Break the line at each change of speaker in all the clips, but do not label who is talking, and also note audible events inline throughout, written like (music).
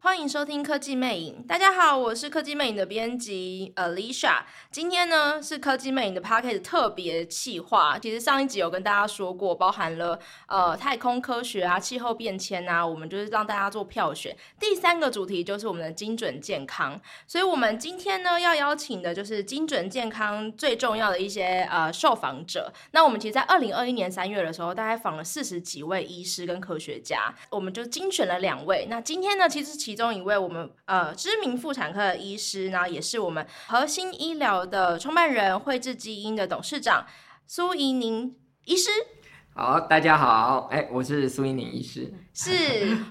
欢迎收听科技魅影。大家好，我是科技魅影的编辑 Alicia。今天呢是科技魅影的 p a c k a g e 特别企划。其实上一集有跟大家说过，包含了呃太空科学啊、气候变迁啊，我们就是让大家做票选。第三个主题就是我们的精准健康。所以我们今天呢要邀请的就是精准健康最重要的一些呃受访者。那我们其实，在二零二一年三月的时候，大概访了四十几位医师跟科学家，我们就精选了两位。那今天呢，其实是其中一位我们呃知名妇产科的医师，然后也是我们核心医疗的创办人、绘制基因的董事长苏怡宁医师。
好，大家好，哎、我是苏一宁医师，
是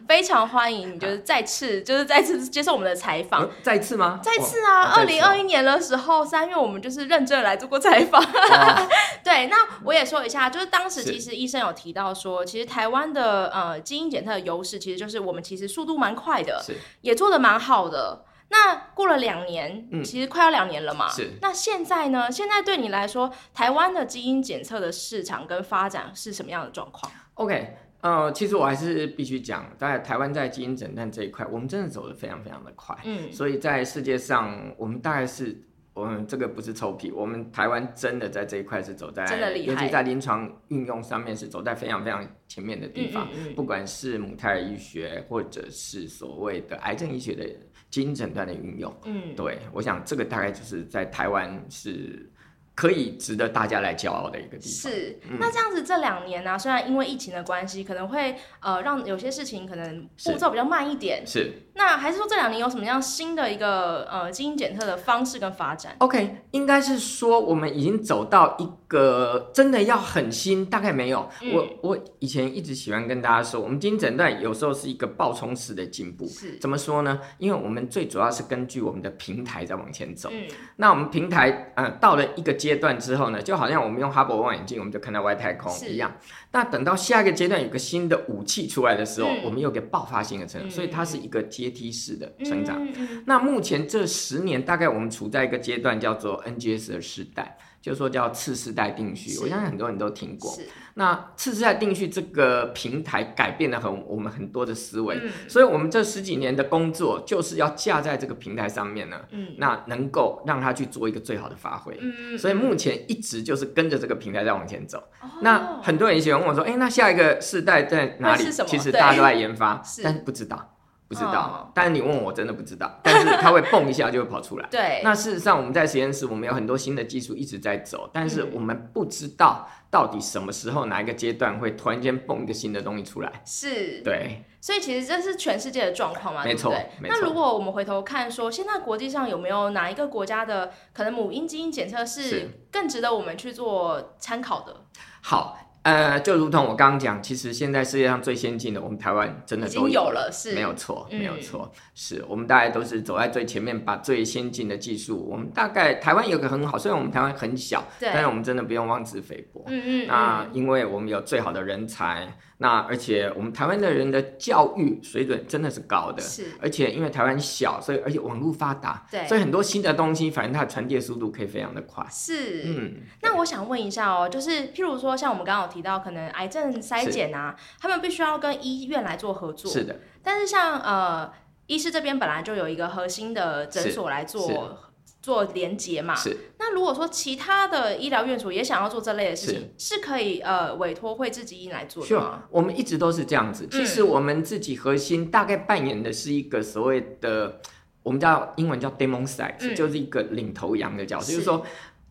非常欢迎，就是再次，就是再次接受我们的采访
呃。再次吗？
再次啊，
哦
二
再次
零
哦
二一年的时候，三月我们就是认真地来做过采
(laughs)
访。
哇
对，那我也说一下，就是当时
是
其实医生有提到说，其实台湾的呃基因检测的优势，其实就是我们其实速度蛮快的，
哦是
也做的蛮好的。那过了两年，
嗯
其实快要两年了嘛。
是
那现在呢？现在对你来说，台湾的基因检测的市场跟发展是什么样的状况？
OK，呃，其实我还是必须讲，在台湾在基因诊断这一块，我们真的走得非常非常的快，
嗯，
所以在世界上，我们大概是。我们这个不是臭屁，我们台湾真的在这一块是走在
真的，厉害
尤其在临床运用上面是走在非常非常前面的地方。
嗯嗯嗯
不管是母胎医学，或者是所谓的癌症医学的基因诊断的运用，
嗯，
对，我想这个大概就是在台湾是可以值得大家来骄傲的一个地方。嗯
是，那这样子这两年呢、啊虽然因为疫情的关系，可能会呃让有些事情可能步
是
骤比较慢一点，
是
那还是说这两年有什么样新的一个呃基因检测的方式跟发展？
OK，应该是说我们已经走到一个真的要很新，大概没有。
嗯
我我以前一直喜欢跟大家说，我们基因诊断有时候是一个爆冲式的进步。
是，
怎么说呢？因为我们最主要是根据我们的平台在往前走。
嗯，
那我们平台呃到了一个阶段之后呢，就好像我们用哈勃望远镜，我们就看到外太空
是
一样。那等到下一个阶段有个新的武器出来的时候，
嗯
我们有个爆发性的成长，
嗯
所以它是一个阶梯式的
嗯
成长。，
嗯
那目前这十年，大概我们处在一个阶段叫做 NGS 的时代，就是说叫次世代定序。
是
我相信很多人都听过。
嗯是，
那次世代定序这个平台改变了很我们很多的思维，
嗯
所以我们这十几年的工作就是要架在这个平台上面呢，
嗯
那能够让它去做一个最好的发挥。
嗯，
所以目前一直就是跟着这个平台在往前走。
哦
那很多人喜欢问我说：“哎、那下一个世代在哪
会
里
是什？”么
其实大家都在研发
对，是
但是不知道，不知道。
哦。
但是你问我真的不知道，但是它会蹦一下就会跑出来
(laughs) 对，
那事实上，我们在实验室，我们有很多新的技术一直在走，但是
嗯
我们不知道到底什么时候哪一个阶段会突然间蹦一个新的东西出来。
是，
对，
所以其实这是全世界的状况嘛，
没
对不
错
对
没
那
错
如果我们回头看说，现在国际上有没有哪一个国家的可能母婴基因检测是
是
更值得我们去做参考的？
好，呃，就如同我刚刚讲，其实现在世界上最先进的，我们台湾真的
已
都
经有了，是
没有错，
嗯
没有错，是我们大概都是走在最前面，把最先进的技术。我们大概台湾有个很好，虽然我们台湾很小，
对
但是我们真的不用妄自菲薄。
嗯嗯
那
嗯，
因为我们有最好的人才，那而且我们台湾的人的教育水准真的是高的，
是，
而且因为台湾小，所以而且网络发达，
对
所以很多新的东西，反正它的传递的速度可以非常的快。
是，
嗯，
那我想问一下哦，就是譬如说，像我们刚刚有提到，可能癌症筛检啊，他们必须要跟医院来做合作。
是的，
但是像呃，医师这边本来就有一个核心的诊所来做做连接嘛。
是。
那如果说其他的医疗院所也想要做这类的事情，是可以呃委托会自己来做的
Sure，
吗？
我们一直都是这样
嗯
子。其实我们自己核心大概扮演的是一个所谓的，我们叫英文叫 demon site，、
嗯
就是一个领头羊的角色，
是
就是说。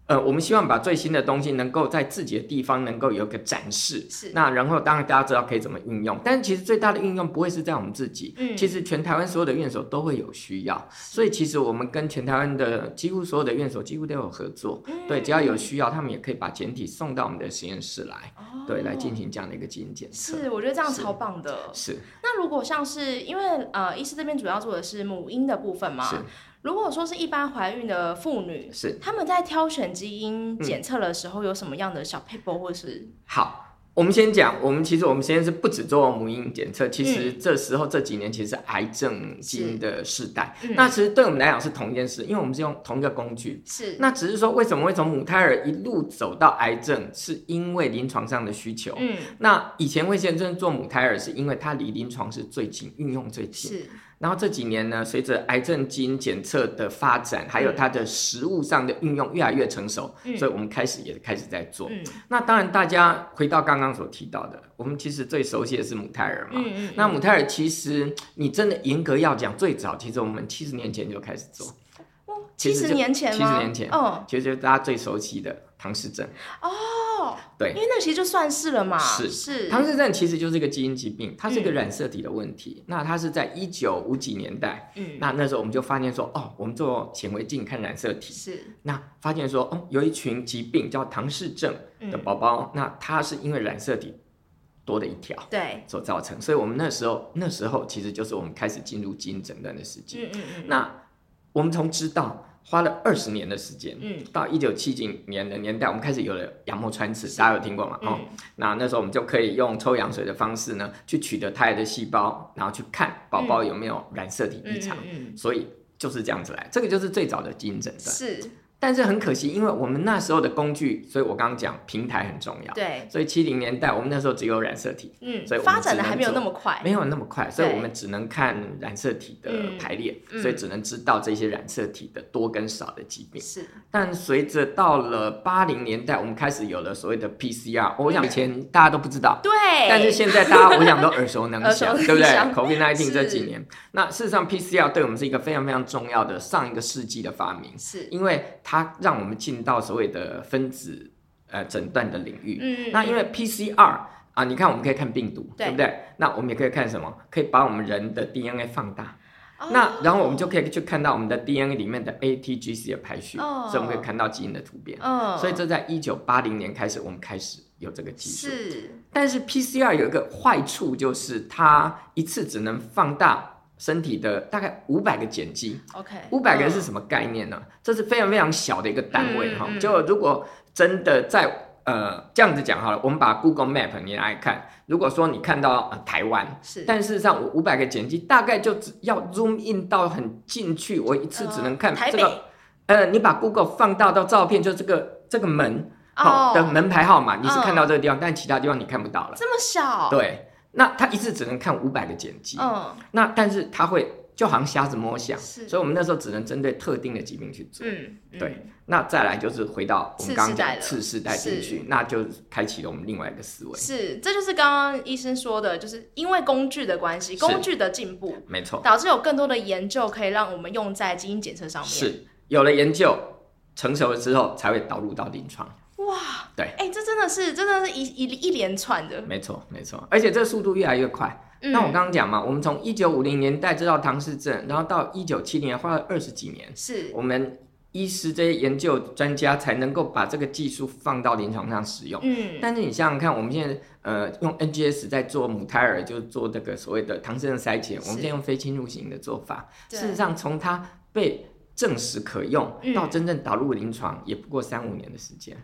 呃，我们希望把最新的东西能够在自己的地方能够有一个展示，
是
那然后当然大家知道可以怎么运用，但其实最大的运用不会是在我们自己，
嗯
其实全台湾所有的院所都会有需要，所以其实我们跟全台湾的几乎所有的院所几乎都有合作，
嗯
对，只要有需要，他们也可以把简体送到我们的实验室来，
哦
对，来进行这样的一个基因检测。
是，我觉得这样
是
超棒的。
是
那如果像是因为呃，医师这边主要做的是母婴的部分嘛，
是
如果说是一般怀孕的妇女，
是
他们在挑选基
嗯
因检测的时候有什么样的小 paper 或是
好。我们先讲，我们其实我们实验室不只做母婴检测，其
嗯
实这时候这几年其实是癌症基因的世代，
嗯
那其实对我们来讲是同一件事，因为我们是用同一个工具。
是
那只是说为什么会从母胎儿一路走到癌症，是因为临床上的需求。
嗯
那以前会先生做母胎儿，是因为它离临床是最近，运用最近。
是
然后这几年呢，随着癌症基因检测的发展，还有它的实物上的运用越来越成熟，
嗯
所以我们开始也开始在做。
嗯
那当然，大家回到刚刚所提到的，我们其实最熟悉的是母胎儿嘛。
嗯嗯，
啊那母胎儿其实你真的严格要讲，最早其实我们七十年前就开始做，
七十年前
70
吗？
年前
嗯
其实就是大家最熟悉的唐氏症。
哦，嗯
对
因为那其实就算是了嘛，
是
是，
唐氏症其实就是一个基因疾病，它
嗯
是一个染色体的问题。那它是在一九五几年代，
嗯
那那时候我们就发现说，哦，我们做显微镜看染色体，
是，
那发现说，哦，有一群疾病叫唐氏症的
嗯
宝宝，那它是因为染色体多的一条。
对，
所造成，所以我们那时候那时候其实就是我们开始进入基因诊断的时期。
嗯嗯
那我们从知道花了二十年的时间，
嗯
到一九七几年的年代，我们开始有了羊膜穿刺，大家有听过吗？
嗯
哦，那那时候我们就可以用抽羊水的方式呢，去取得胎儿的细胞，然后去看宝宝有没有染色体
嗯
异常。
嗯嗯
所以就是这样子来，这个就是最早的基因诊
嗯
断。
是，
但是很可惜，因为我们那时候的工具，所以我刚刚讲平台很重要。
对，
所以七零年代我们那时候只有染色体。
嗯
所以，我们
发展
只
的
能
还没有
做
那么快，
没有那么快，所以
对
我们只能看染色体的排列，
嗯嗯
所以只能知道这些染色体的多跟少的疾病。
是，
但随着到了八零年代，我们开始有了所谓的 PCR，我想以前大家都不知道。
对，
但是现在大家，我想都耳熟能详，
哎 (laughs) 耳熟能
对不对
详
？COVID
是
nineteen 这几年，那事实上 PCR 对我们是一个非常非常重要的上一个世纪的发明，
是，
因为它让我们进到所谓的分子呃诊断的领域。
嗯，
那因为 PCR 啊，你看我们可以看病毒，
对
对不对？那我们也可以看什么？可以把我们人的 DNA 放大，
哦
那然后我们就可以去看到我们的 DNA 里面的 ATGC 的排序，
哦
所以我们可以看到基因的突变。
嗯，
所以这在一九八零年开始，我们开始有这个技术。
是，
但是 PCR 有一个坏处，就是它一次只能放大身体的大概五百个碱基。
OK，
五百个人
嗯
是什么概念呢、这是非常非常小的一个单位
嗯
哈、
嗯
就如果真的在呃这样子讲好了，我们把 Google Map 你来看，如果说你看到、呃、台湾，
是，
但事实上我五百个碱基大概就只要 zoom in 到很进去，我一次只能看
呃台
这
北
个。呃，你把 Google 放大到照片，就这个这个门好、啊
哦
的门牌号码，你是
嗯
看到这个地方，但其他地方你看不到了。
这么小，，
对，那它一次只能看五百个碱基。
嗯，
那但是它会就好像瞎子摸象，
是
所以我们那时候只能针对特定的疾病去做。
嗯，嗯
对，那再来就是回到我们刚刚讲的
次
次世代进去，那就开启了我们另外一个思维。
是，这就是刚刚医生说的，就是因为工具的关系，
是
工具的进步，
没错，
导致有更多的研究可以让我们用在基因检测上面。，
是有了研究成熟了之后，才会导入到临床。
哎、这真的是，真的是一一一连串的。
没错，没错，而且这速度越来越快。
嗯，
那我刚刚讲嘛，我们从一九五零年代知道唐氏症，然后到一九七零年花了二十几年，
是，
我们医师这些研究专家才能够把这个技术放到临床上使用。
嗯，
但是你想想看，我们现在呃用 NGS 在做母胎儿，就是做这个所谓的唐氏症筛检，
是
我们现在用非侵入型的做法。
对
事实上，从它被证实可用
嗯
到真正导入临床，也不过三五年的时间。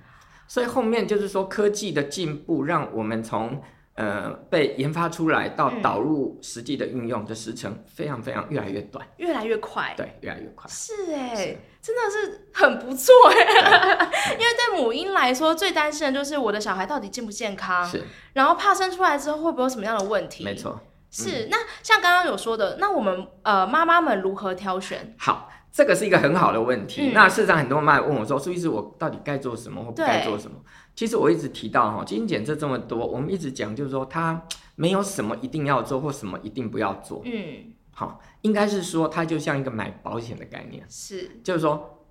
所以后面就是说，科技的进步让我们从呃被研发出来到
嗯
导入实际的运用的时程非常非常越来越短，
越来越快。
对，越来越快。
是哎、
是
真的是很不错哎、 (laughs) 因为对母婴来说，最担心的就是我的小孩到底健不健康，
是，
然后怕生出来之后会不会有什么样的问题？
没错。嗯
是，那像刚刚有说的，那我们呃妈妈们如何挑选？
好，这个是一个很好的问题。
嗯
那市场很多妈妈问我说：“苏医师，我到底该做什么或不
对
该做什么？”其实我一直提到哈，基因检测这么多，我们一直讲就是说它没有什么一定要做或什么一定不要做。
嗯，
好，应该是说它就像一个买保险的概念，
是，
就是说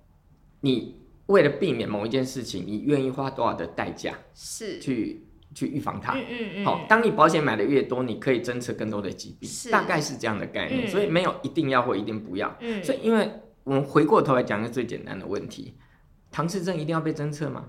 你为了避免某一件事情，你愿意花多少的代价
是，
去去预防它。
嗯嗯嗯，
好，当你保险买的越多，你可以侦测更多的疾病
是，
大概是这样的概念。
嗯
所以没有一定要或一定不要。
嗯，
所以，因为我们回过头来讲一个最简单的问题：唐氏症一定要被侦测吗？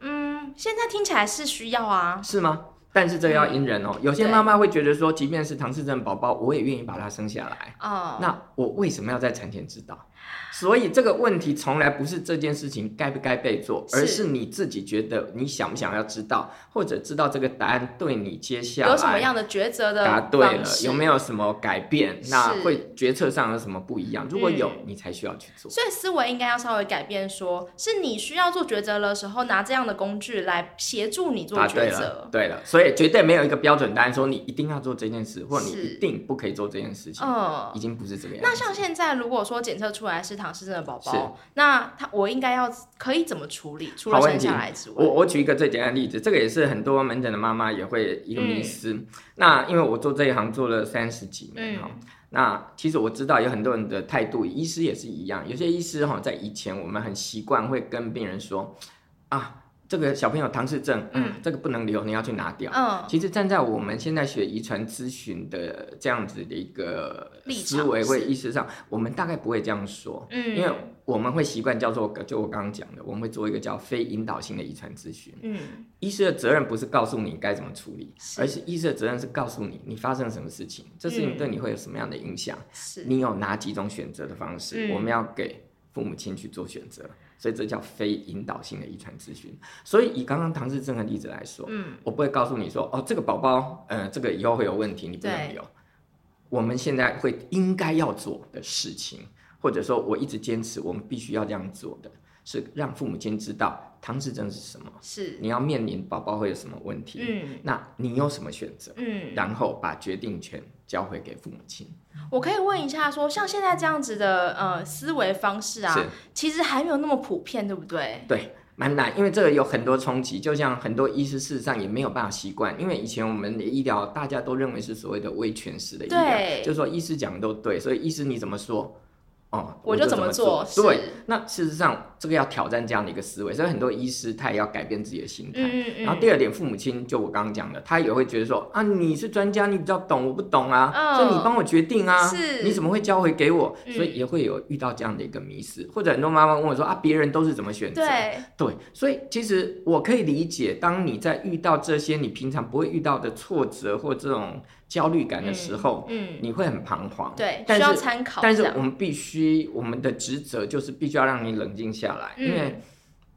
嗯，现在听起来是需要啊，
是吗？但是这个要因人
嗯
哦。有些妈妈会觉得说，即便是唐氏症宝宝，我也愿意把它生下来。
哦、
那我为什么要在产前知道？所以这个问题从来不是这件事情该不该被做，
是
而是你自己觉得你想不想要知道，或者知道这个答案对你接下来
有什么样的抉择的
答对了
方，式
有没有什么改变？那
是嗯
会决策上有什么不一样？如果有，你才需要去做。
所以思维应该要稍微改变说，是你需要做抉择的时候，拿这样的工具来协助你做
答啊对
抉
了
择，。
对了，所以绝对没有一个标准答案说你一定要做这件事，或你
是
一定不可以做这件事情，
嗯，
已经不是这个样
那
子。
像现在如果说检测出来是唐氏症的宝
是
宝，那他我应该要可以怎么处理？除了
好问
生
题
下来之
我
外，
我举一个最简单的例子，这个也是很多门诊的妈妈也会一个迷思。
嗯
那因为我做这一行做了三十几年哈、那其实我知道有很多人的态度，医师也是一样。有些医师哈，在以前我们很习惯会跟病人说啊，这个小朋友唐氏症，嗯，这个不能留，你要去拿掉。
嗯，
其实站在我们现在学遗传咨询的这样子的一个
立场
思维或
是
意识上，我们大概不会这样说，
嗯
因为我们会习惯叫做，就我刚刚讲的，我们会做一个叫非引导性的遗传咨询。
嗯，
医师的责任不是告诉你该怎么处理，
是
而是医师的责任是告诉你你发生了什么事情，这事情对你会有什么样的影响，
是
你有哪几种选择的方式，
嗯
我们要给父母亲去做选择，所以这叫非引导性的遗传咨询。所以以刚刚唐氏症的例子来说，
嗯，
我不会告诉你说，哦，这个宝宝，呃，这个以后会有问题，你不
对
能留。我们现在会应该要做的事情，或者说我一直坚持我们必须要这样做的，是让父母亲知道唐氏症是什么，
是，
你要面临宝宝会有什么问题，
嗯
那你有什么选择，
嗯，
然后把决定权交回给父母亲。
我可以问一下说像现在这样子的呃思维方式啊
是，
其实还没有那么普遍，对不对？
对，蛮难，因为这个有很多冲击，就像很多医师事实上也没有办法习惯，因为以前我们的医疗大家都认为是所谓的威权式的医
对
疗，就是说医师讲的都对，所以医师你怎么说，哦，
我就
就
怎么
么
做
对
是，
那事实上这个要挑战这样的一个思维，所以很多医师他也要改变自己的心态。
嗯嗯
然后第二点，父母亲就我刚刚讲的，他也会觉得说啊，你是专家，你比较懂，我不懂啊，
嗯
所以你帮我决定啊，
是
你怎么会交回给我？
嗯
所以也会有遇到这样的一个迷失，或者很多妈妈问我说啊，别人都是怎么选
嗯，
择？
对，
对，所以其实我可以理解，当你在遇到这些你平常不会遇到的挫折或这种焦虑感的时候，
嗯，
你会很彷徨。
对，
哦但
需要
是
参考这
但
样，
是我们必须，我们的职责就是必须要让你冷静下来，因为
嗯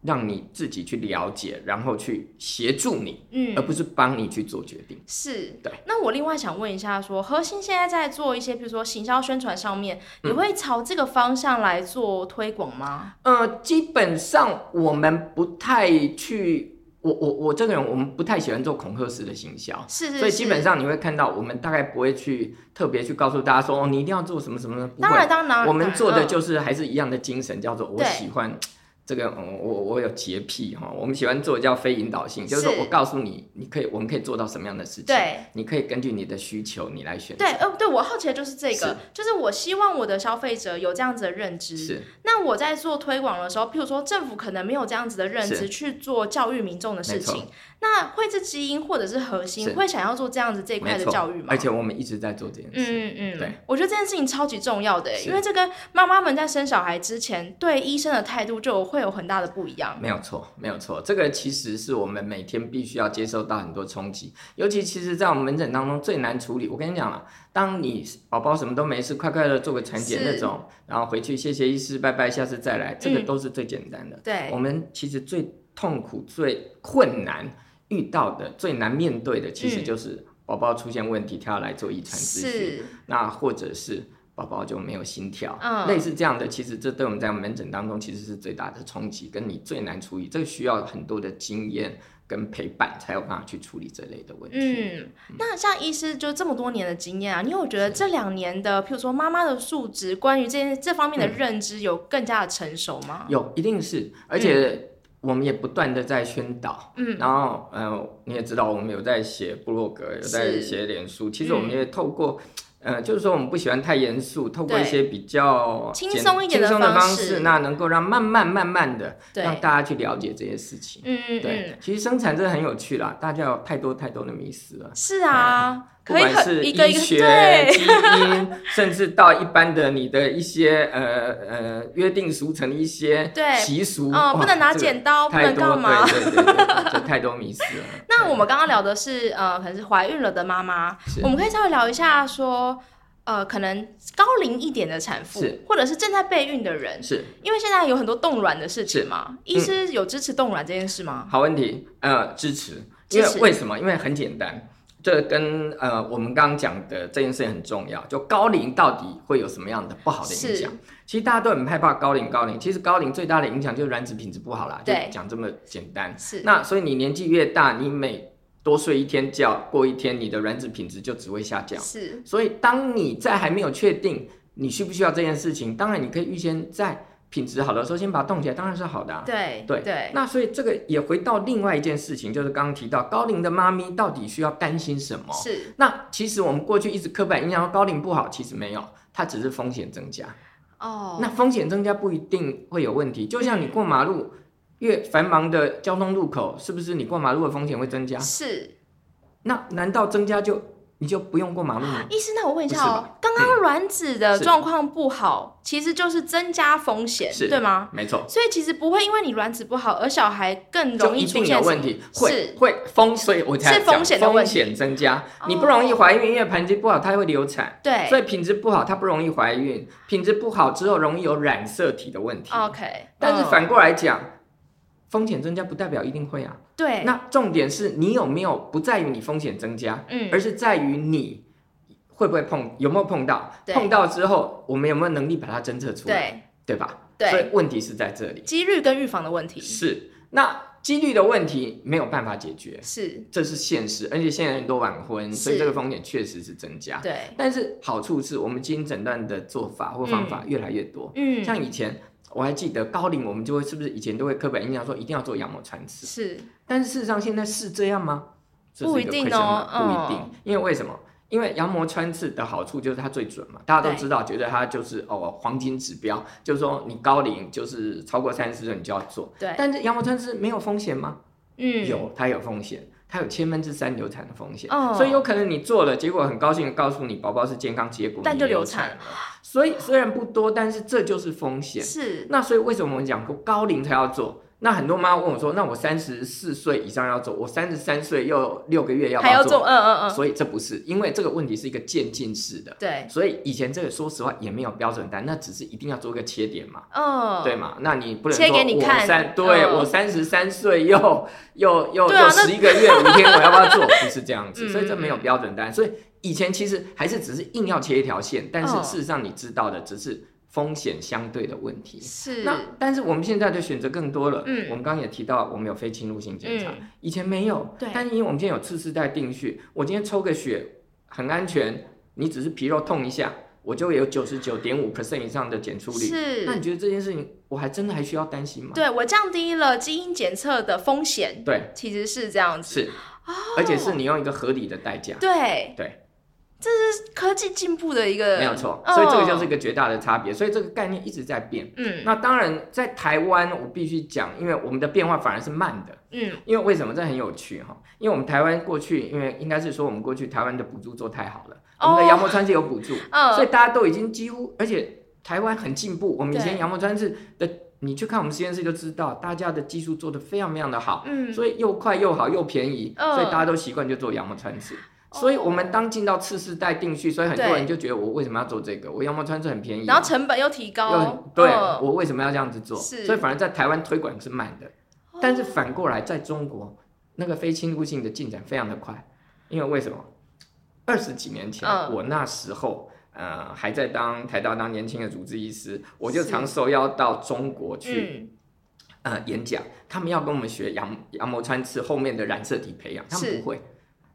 让你自己去了解，然后去协助你，
嗯
而。不是帮你去做决定。
是
对，
那我另外想问一下说核心现在在做一些，比如说行销宣传上面，你
嗯
会朝这个方向来做推广吗？
呃，基本上我们不太去，我我我这个人，我们不太喜欢做恐吓式的行销。
是是是，
所以基本上你会看到，我们大概不会去特别去告诉大家说，哦，你一定要做什么什么的。不
当然
会，
当然，
我们做的
嗯
就是还是一样的精神，叫做我
对
喜欢这个，嗯、我我有洁癖哈、我们喜欢做叫非引导性，就是说
是
我告诉你，你可以，我们可以做到什么样的事情，
对，
你可以根据你的需求你来选择。
对，呃，对我好奇的就是这个
是，
就是我希望我的消费者有这样子的认知。
是
那我在做推广的时候，譬如说政府可能没有这样子的认知
是
去做教育民众的事
没错
情，那会是基因或者是核心
是
会想要做这样子这一块
没
的
错
教育吗？
而且我们一直在做这件事。
嗯嗯，
对，
我觉得这件事情超级重要的，欸
是
因为这跟妈妈们在生小孩之前对医生的态度就会有很大的不一样。
没有错，没有错，这个其实是我们每天必须要接受到很多冲击，尤其其实，在我们门诊当中最难处理。我跟你讲啊，当你宝宝什么都没事，快快乐做个产检
是嗯
那种，然后回去谢谢医师，拜拜，下次再来，这个都是最简单的。
对
我，们其实最痛苦、最困难遇到的、最难面对的，其实
嗯
就是宝宝出现问题，他要来做遗传咨询。
是，
那或者是宝宝就没有心跳，
嗯
类似这样的，其实这对我们在门诊当中其实是最大的冲击，跟你最难处理，这个需要很多的经验跟陪伴才有办法去处理这类的问题。
嗯，那像医师就这么多年的经验啊，你有觉得这两年的，譬如说妈妈的素质，关于这件这方面
嗯
的认知有更加的成熟吗？
有，一定是，而
嗯
且我们也不断的在宣导，嗯，然后呃，你也知道我们有在写部落格，有在
是嗯
写脸书，其实我们也透过。呃，就是说我们不喜欢太严肃，透过一些比较
轻
简
松一点的
轻松的
方
方
式
式，那能够让慢慢慢慢的
对
让大家去了解这些事情。
嗯嗯嗯，
对，其实生产真的很有趣啦，大家有太多太多的迷思了。
是啊，
不
可以
管
很
是
一个
医
一个
学、
对，
基因，甚至到一般的你的一些呃呃约定俗成的一些
对
习俗，
嗯，不
哇
能拿
这个
剪刀，不
太
能
多
干嘛？。
对对对对对，就太多迷思了
那我们刚刚聊的是呃，可能是怀孕了的妈妈
是，
我们可以稍微聊一下说，呃，可能高龄一点的产妇
是，
或者是正在备孕的人，
是
因为现在有很多冻卵的事情
是嗯
嘛，医师有支持冻卵这件事吗？
好问题，呃，支持，
支
因为
持
为什么？因为很简单，这跟呃我们刚刚讲的这件事情很重要，就高龄到底会有什么样的不好的影响？其实大家都很害怕高龄，高龄，其实高龄最大的影响就是卵子品质不好啦，就
对
讲这么简单。
是，
那所以你年纪越大，你每多睡一天觉，过一天，你的卵子品质就只会下降。
是，
所以，当你在还没有确定你需不需要这件事情，当然你可以预先在品质好的时候先把它动起来，当然是好的、啊。
对，
对
对，
那所以这个也回到另外一件事情，就是刚刚提到高龄的妈咪到底需要担心什么？
是
那其实我们过去一直刻板印象说高龄不好，其实没有，它只是风险增加。
哦，
那风险增加不一定会有问题，就像你过马路，越繁忙的交通路口，是不是你过马路的风险会增加？
是
那难道增加就你就不用过马路吗？嗯
医师，那我问一下
不是
哦，刚刚卵子的
是
状况不好，其实就是增加风险，
是
对吗？
没错，
所以其实不会因为你卵子不好而小孩更
就
容
一
易出
定有
现
问题，
什么
会会风，所以我才
是
讲
风险的问题
风险增加，
哦
你不容易怀孕，因为盆肌不好，它会流产。所
对
以品质不好，它不容易怀孕；品质不好之后，容易有染色体的问题。
，OK，
但是
嗯
反过来讲，风险增加不代表一定会啊。
对，
那重点是你有没有，不在于你风险增加，
嗯，
而是在于你会不会碰，有没有碰到，
对
碰到之后我们有没有能力把它侦测出来，
对
对吧？所
对，嗯
以问题是在这里。
几率跟预防的问题
是，那几率的问题没有办法解决，
是，
这是现实，而且现在人都晚婚，所以
是
这个风险确实是增加。
对，
但是好处是我们基因诊断的做法或方法越来越多。
嗯，
像以前我还记得高龄，我们就会是不是以前都会刻板印象说一定要做羊膜穿刺，
是
但是事实上现在是这样吗？这是
不
个
一定
question
哦
mark，不一
嗯
定，因为为什么？因为羊膜穿刺的好处就是它最准嘛，大家都
对
知道，觉得它就是哦黄金指标，就是说你高龄就是超过三十岁你就要做。
对，
但是羊膜穿刺没有风险吗？
嗯，
有，它有风险，它有千分之三流产的风险，
哦
所以有可能你做了，结果很高兴地告诉你宝宝是健康，结果
但
你
就流
流
产
了。所以虽然不多，但是这就是风险。
是
那所以为什么我们讲过高龄才要做？那很多妈问我说，那我三十四岁以上要做，我三十三岁又六个月要不
还要
做？
做，嗯嗯嗯，
所以这不是，因为这个问题是一个渐进式的。
对，
所以以前这个说实话也没有标准答案，那只是一定要做一个切点嘛。
嗯，
对嘛？那你不能
切
说
给你看
我三对、
嗯
我三十三岁又 (laughs) 又又
对啊
又
那
十一个月五天，我要不要
(laughs)
做？不是这样子，
嗯
所以这没有标准答案。所以以前其实还是只是硬要切一条线，但是
嗯
事实上你知道的只是风险相对的问题。
是，
那但是我们现在的选择更多了。
嗯
我们刚刚也提到，我们有非侵入性检查，
嗯
以前没有。
对
但是因为我们现在有次世代定序，我今天抽个血很安全，你只是皮肉痛一下，我就有九十九点五 percent 以上的检出率。那你
是，
觉得这件事情，我还真的还需要担心吗？
对我降低了基因检测的风险，
对，
其实是这样子，
是，
哦
而且是你用一个合理的代价，
对
对，
这是科技进步的一个，
没有错。
哦
所以这个就是一个绝大的差别，所以这个概念一直在变。
嗯
那当然，在台湾我必须讲，因为我们的变化反而是慢的。
嗯，
因为为什么这很有趣哈？因为我们台湾过去，因为应该是说我们过去台湾的补助做太好了，
哦
我们的羊膜穿刺有补助，
嗯
所以大家都已经几乎，而且台湾很进步。我们以前
对
羊膜穿刺的，你去看我们实验室就知道，大家的技术做得非常非常的好，
嗯
所以又快又好又便宜，
嗯
所以大家都习惯就做羊膜穿刺。
哦
所以我们当进到次世代定序，所以很多
对
人就觉得我为什么要做这个？我羊膜穿刺很便宜啊，
然后成本又提
又很
高，
对、
嗯
我为什么要这样子做？
是哦
所以反而在台湾推广是慢的。但是反过来，在中国，那个非侵入性的进展非常的快，因为为什么？二十几年前，
嗯
我那时候呃还在当台大当年轻的主治医师，我就是常受邀到中国去、
嗯，
呃演讲，他们要跟我们学羊羊膜穿刺后面的染色体培养，他
是
们不会。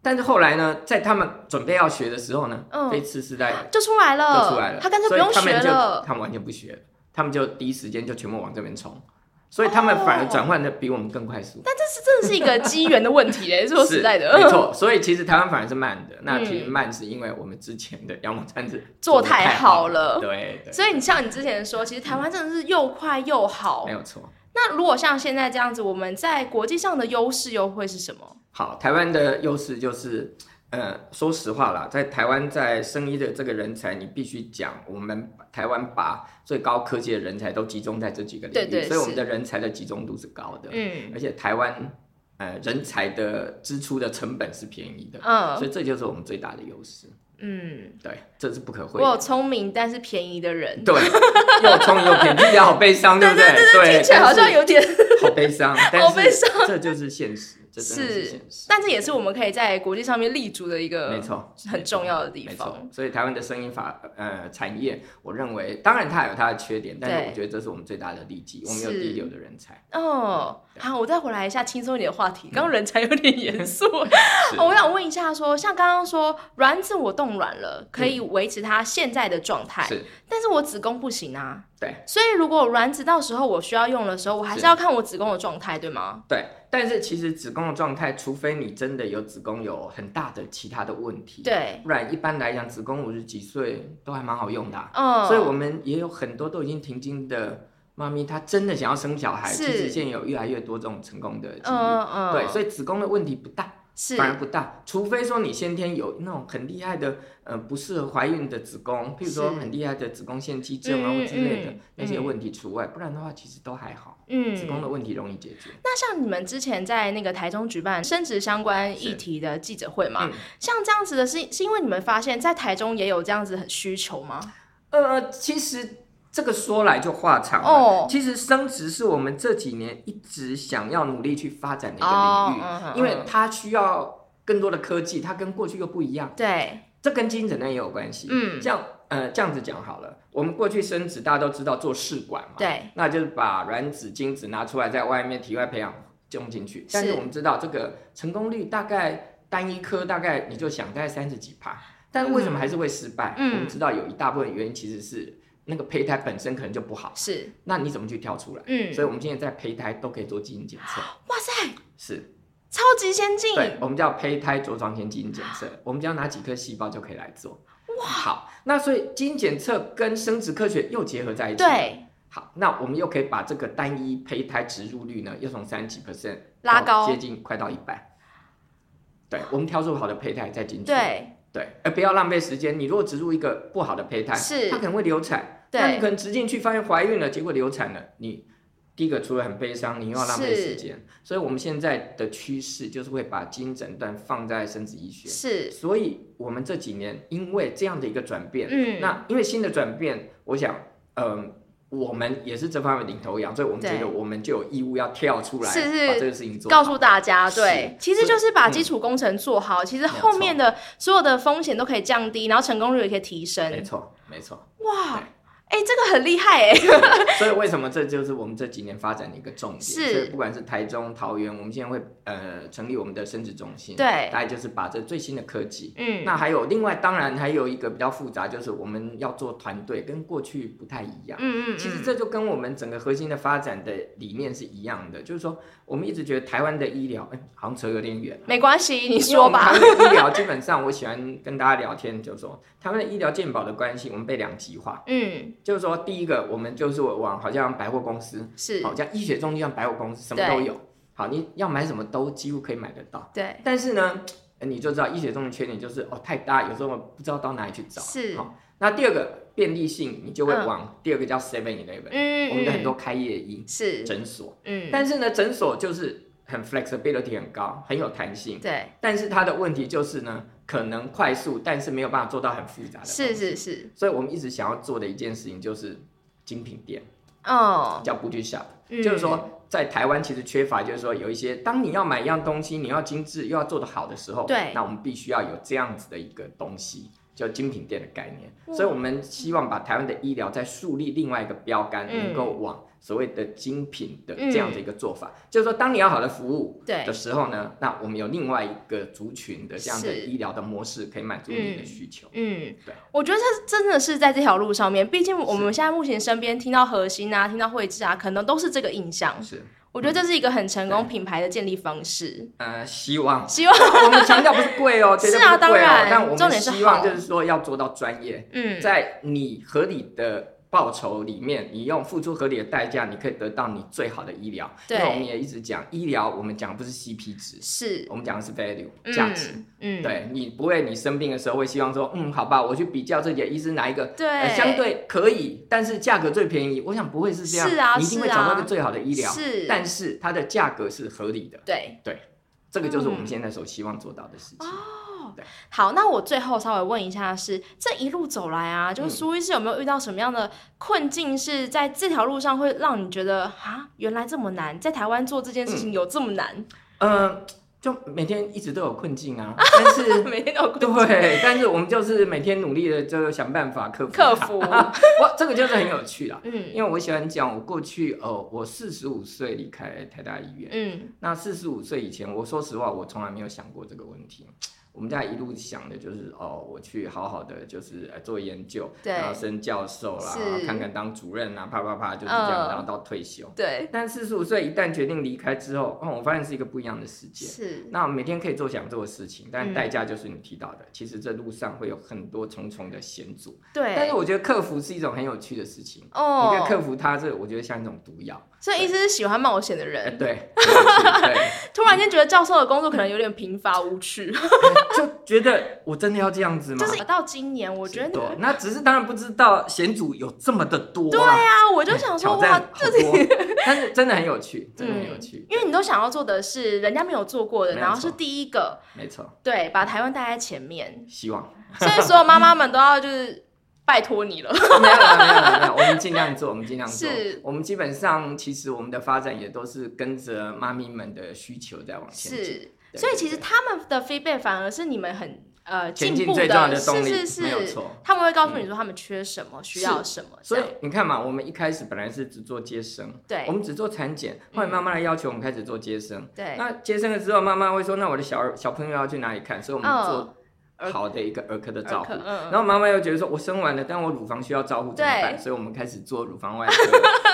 但是后来呢，在他们准备要学的时候呢，
嗯
非次世代
就出来了，
就出来了，
他干脆不用
所以
学
他们就
了，
他们完全不学了，他们就第一时间就全部往这边冲，所以他们反而转换的比我们更快速。
哦但这是真的是一个机缘的问
(laughs)
题哎，说实在的，
是没错。所以其实台湾反而是慢的，那
嗯
其实慢是因为我们之前的羊膜穿刺
做
得
太
太
好
了，
了。
对
(laughs)
对，
所以你像你之前说，其实台湾真的是又快又好
没。有错。
那如果像现在这样子，我们在国际上的优势又会是什么？
好，台湾的优势就是。呃，说实话啦，在台湾在生医的这个人才，你必须讲，我们台湾把最高科技的人才都集中在这几个领域，
对对
所以我
是
们的人才的集中度是高的。
嗯
而且台湾呃人才的支出的成本是便宜的，
嗯
所以这就是我们最大的优势。
嗯，
对，这是不可
我
讳言。
有聪明但是便宜的人，
对， (laughs) 又冲又偏，听起来好悲伤，不
对
对？对，
听起来好像有点，
但是好悲伤，但
好悲伤
是这就是现实，这真的
是
是现实，
(laughs) 但这也是我们可以在国际上面立足的一
没
个
错，
很重要的地
没
方。
错，所以台湾的声音法呃产业，我认为当然它有它的缺点，但
对
是我觉得这是我们最大的利基，我们有
是
第一流的人
(laughs)
才。
哦，好，我再回来一下轻松一点的话题。刚刚人才有点严肃，
(laughs) 是
(laughs) 哦我想问一下说像刚刚说卵子我冻卵了，可
嗯
以维持它现在的状态，
是，
但是我子宫不行啊。
对，
所以如果卵子到时候我需要用的时候，我还是
是
要看我子宫的状态，对吗？
对。但是其实子宫的状态，除非你真的有子宫有很大的其他的问题，，
对，
不然一般来讲，子宫五十几岁都还蛮好用的啊、
嗯，
所以我们也有很多都已经停经的妈咪，她真的想要生小孩，
是
其实现在有越来越多这种成功的经历。
嗯嗯，
对，所以子宫的问题不大，
是
反而不大，除非说你先天有那种很厉害的，呃，不适合怀孕的子宫，譬如说
是
很厉害的子宫腺肌症啊
嗯
或之类的
嗯
那些问题除外，不然的话其实都还好，子宫
嗯。
的问题容易解决。
那像你们之前在那个台中举办生殖相关议题的记者会嘛，
嗯
像这样子的是是因为你们发现，在台中也有这样子很需求吗？
呃，其实这个说来就话长了
哦
其实生殖是我们这几年一直想要努力去发展的一个
哦
领域，
嗯嗯
因为
嗯
它需要更多的科技，它跟过去又不一样，
对，
这跟基因诊断也有关系。
嗯，
这样呃这样子讲好了，我们过去生殖大家都知道做试管嘛，
对，
那就是把卵子、精子拿出来，在外面体外培养种进去。但是
是
我们知道这个成功率大概单一颗大概你就想大概三十几趴，但为什么还是会失败？
嗯
我们知道有一大部分原因其实是那个胚胎本身可能就不好，
是，
那你怎么去挑出来？
嗯，
所以我们现在在胚胎都可以做基因检测，
哇塞，嗯
是
超级先进，
对，我们叫胚胎着床前基因检测，我们只要拿几颗细胞就可以来做。哇，好，那所以基因检测跟生殖科学又结合在一起，
对，
好，那我们又可以把这个单一胚胎植入率呢，又从三几 percent
拉高
接近快到一半。对，我们挑出好的胚胎再进去。
对，
对，而不要浪费时间。你如果植入一个不好的胚胎，
是
它可能会流产。
对
那你可能植进去发现怀孕了，结果流产了，你第一个除了很悲伤，你又要浪费
是
时间。所以我们现在的趋势就是会把基因诊断放在生殖医学。
是，
所以我们这几年因为这样的一个转变，
嗯，
那因为新的转变，我想，嗯、我们也是这方面领头羊，所以我们觉
对
得我们就有义务要跳出来，
是是
把这个事情做好。
告诉大家，对，
是
其实
所以
就是把基础工程做好，其实
没有
后面的所有的风险都可以降低，然后成功率也可以提升。
没错，没错。
哇
对，
哎、这个很厉害
(laughs)
哎、
所以为什么这就是我们这几年发展的一个重点？
是
所以不管是台中、桃园，我们现在会呃成立我们的生殖中心，，
对，
大概就是把这最新的科技。
嗯，
那还有另外，当然还有一个比较复杂，就是我们要做团队，跟过去不太一样。
嗯嗯，
其实
嗯
这就跟我们整个核心的发展的理念是一样的，就是说我们一直觉得台湾的医疗，哎、好像扯有点远。
没关系， (laughs) 你说吧。
因为我们台湾的医疗基本上，我喜欢跟大家聊天，就是说台湾的医疗健保的关系，我们被两极化。
嗯，
就是说，第一个我们就是往好像百货公司，
是，
好像医学中心像百货公司什么都有，好你要买什么都几乎可以买得到。
对，
但是呢，呃你就知道医学中的缺点就是哦太大，有时候不知道到哪里去找。
是，
好，那第二个便利性，你就会
嗯
往第二个叫 Seven Eleven，、
嗯，
我们的很
嗯
多开业医
是，
诊所，
嗯，
但是呢，诊所就是很 flexibility 很高，很有弹性，
对，
但是它的问题就是呢，可能快速，但是没有办法做到很复杂的。
是，是是，
所以我们一直想要做的一件事情就是精品店，
哦，
叫 boutique shop，、
嗯
就是，说在台湾其实缺乏，就是说有一些当你要买一样东西，你要精致又要做得好的时候，
对
那我们必须要有这样子的一个东西。叫精品店的概念，
哇
所以我们希望把台湾的医疗再树立另外一个标杆，
嗯
能够往所谓的精品的
嗯
这样的一个做法，就是说，当你要好的服务，
对
的，时候呢，那我们有另外一个族群的这样的
是
医疗的模式可以满足你的
嗯
需求。
嗯
对，
我觉得这真的是在这条路上面，毕竟我们现在目前身边听到核心啊，听到慧智啊，可能都是这个印象。
是，
我觉得这是一个很成功品牌的建立方式。
呃，希望 (laughs)
希望，
我们强调不是贵哦，绝对
是啊
不
当
贵哦，
然
但我
重
们
点是
希望
好
就是说要做到专业，
嗯，
在你合理的。报酬里面，你用付出合理的代价，你可以得到你最好的医疗。因为
对
我们也一直讲医疗，我们讲不是 CP 值，
是
我们讲的是 value
嗯
价值。
嗯，
对你不会，你生病的时候会希望说，嗯，好吧，我去比较自己的医生哪一个
对
呃相对可以，但是价格最便宜，我想不会是这样，
是啊
你一定会
是啊
找到一个最好的医疗，
是，
但是它的价格是合理的，
对
这个就是我们
嗯
现在所希望做到的事情。
哦，好，那我最后稍微问一下是，这一路走来啊，
嗯
就是苏医师有没有遇到什么样的困境，是在这条路上会让你觉得啊，原来这么难，在台湾做这件事
嗯
情有这么难？
呃，就每天一直都有困境啊，但是
每
(laughs)
天都 (laughs) 有困境
对，但是我们就是每天努力的，就想办法克服它
克。服，
哇，这个就是很有趣啦。
嗯
因为我喜欢讲，我过去呃，我四十五岁离开台大医院，
嗯
那四十五岁以前，我说实话，我从来没有想过这个问题。我们家一路想的就是哦，我去好好的就是呃做研究，
对
然后升教授啦，
是
然后看看当主任啊，啪啪啪就是这样，
嗯
然后到退休。
对，
但四十五岁一旦决定离开之后，哦，我发现是一个不一样的世界。
是，
那每天可以做想做的事情，但
嗯
代价就是你提到的，其实这路上会有很多重重的险阻。但是
对，
我觉得克服是一种很有趣的事情，你可以克
哦，
服它，这我觉得像一种毒药。
所以医师是喜欢冒险的
哎，
人，
(laughs) 对，很有趣对， (laughs)
突然间觉得教授的工作可能有点贫乏无趣，
就觉得我真的要这样子吗？
就是到今年，我觉得
对，那只是当然不知道险阻有这么的多
对
啦，
啊，我就想说
挑
哇
战，好多， (laughs) 但是真的很有趣，真的很有趣，
嗯因为你都想要做的是人家没有做过的，
没有
然后是
错
第一个，
没错，
对，把台湾带在前面，
希望
所以所有妈妈们都要就是拜托你
(laughs)
了。
没有啦没有啦没有，我们尽量做，我们尽量做
是，
我们基本上其实我们的发展也都是跟着妈咪们的需求在往前进，
是，
对
所以
对
其实
对
他们的 feedback 反而是你们很呃
前
进
进
步
最重要的动
是
力，
是
没有
是，
错。嗯
他们会告诉你说他们缺什么，需要什么，这
所以
样
你看嘛，我们一开始本来是只做接生，我
对嗯
们只做产检，后来妈妈的要求我们开始做接生。
对
那接生了之后，妈妈会说：“那我的小儿小朋友要去哪里看？”所以我们
嗯
做好的一个儿科的照
儿
顾
科。嗯
然后妈妈又觉得说：“我生完了，但我乳房需要照顾怎么
对
办？”所以我们开始做乳房外科。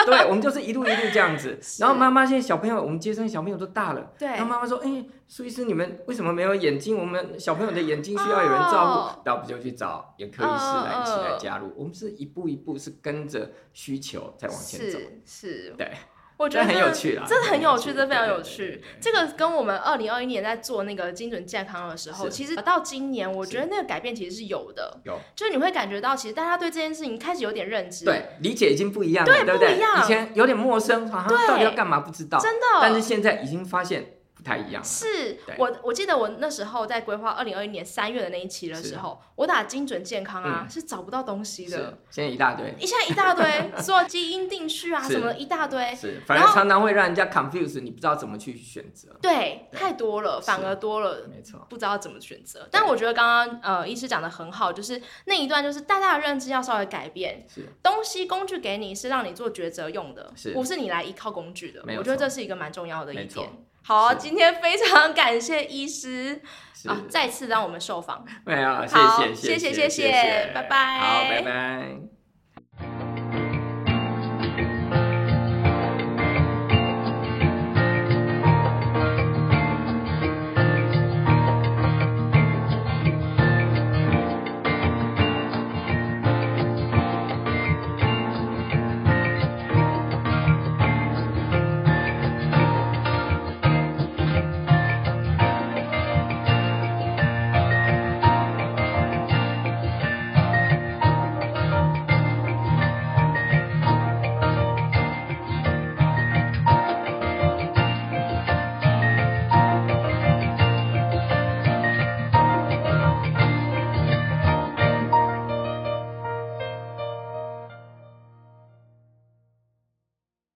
对，我们就是一路一路这样子。然后妈妈现在小朋友，我们接生小朋友都大了。
对
然后妈妈说：“哎、苏医师，你们为什么没有眼睛？我们小朋友的眼睛需要有人照
哦
顾，那、我们就去找眼科医师
嗯
来一起来
嗯
加入。我们是一步一步是跟着需求在往前走。
是是，
对，
我觉得
这很有趣啦
真的很有趣，
这
这
很有趣
非常
啊对
有
对
趣
对啊对。
这个跟我们二零二一年在做那个精准健康的时候，
是
其实呃到今年，我
是
觉得那个改变其实是有的，
有
就是你会感觉到，其实大家对这件事情开始有点认知，，
对，理解已经不一样了，
对
对不对？
不一样
以前有点陌生，好像
对
到底要干嘛不知道，
真的。
但是现在已经发现不太一样了。
是
对
我，我记得我那时候在规划二零二一年三月的那一期的时候，我打精准健康啊，是找不到东西
嗯是
的，，
现在一大堆，
一下一大堆，所有基因定序啊
是
什么的一大堆，
是，反
然
而
后
常常会让人家 confuse，你不知道怎么去选择。
对，
对
太多了，反而多了。
没错，
不知道怎么选择，但我觉得刚刚呃医师讲的很好，就是那一段就是大家的认知要稍微改变，
是
东西工具给你是让你做抉择用的，
是
不是你来依靠工具的？
没有
我觉得
错
这是一个蛮重要的一
没错
点。好啊、
是
今天非常感谢医师啊
是，
啊，再次让我们受访。
没有，
好
谢谢，
谢谢谢
谢
谢拜拜
好，拜拜。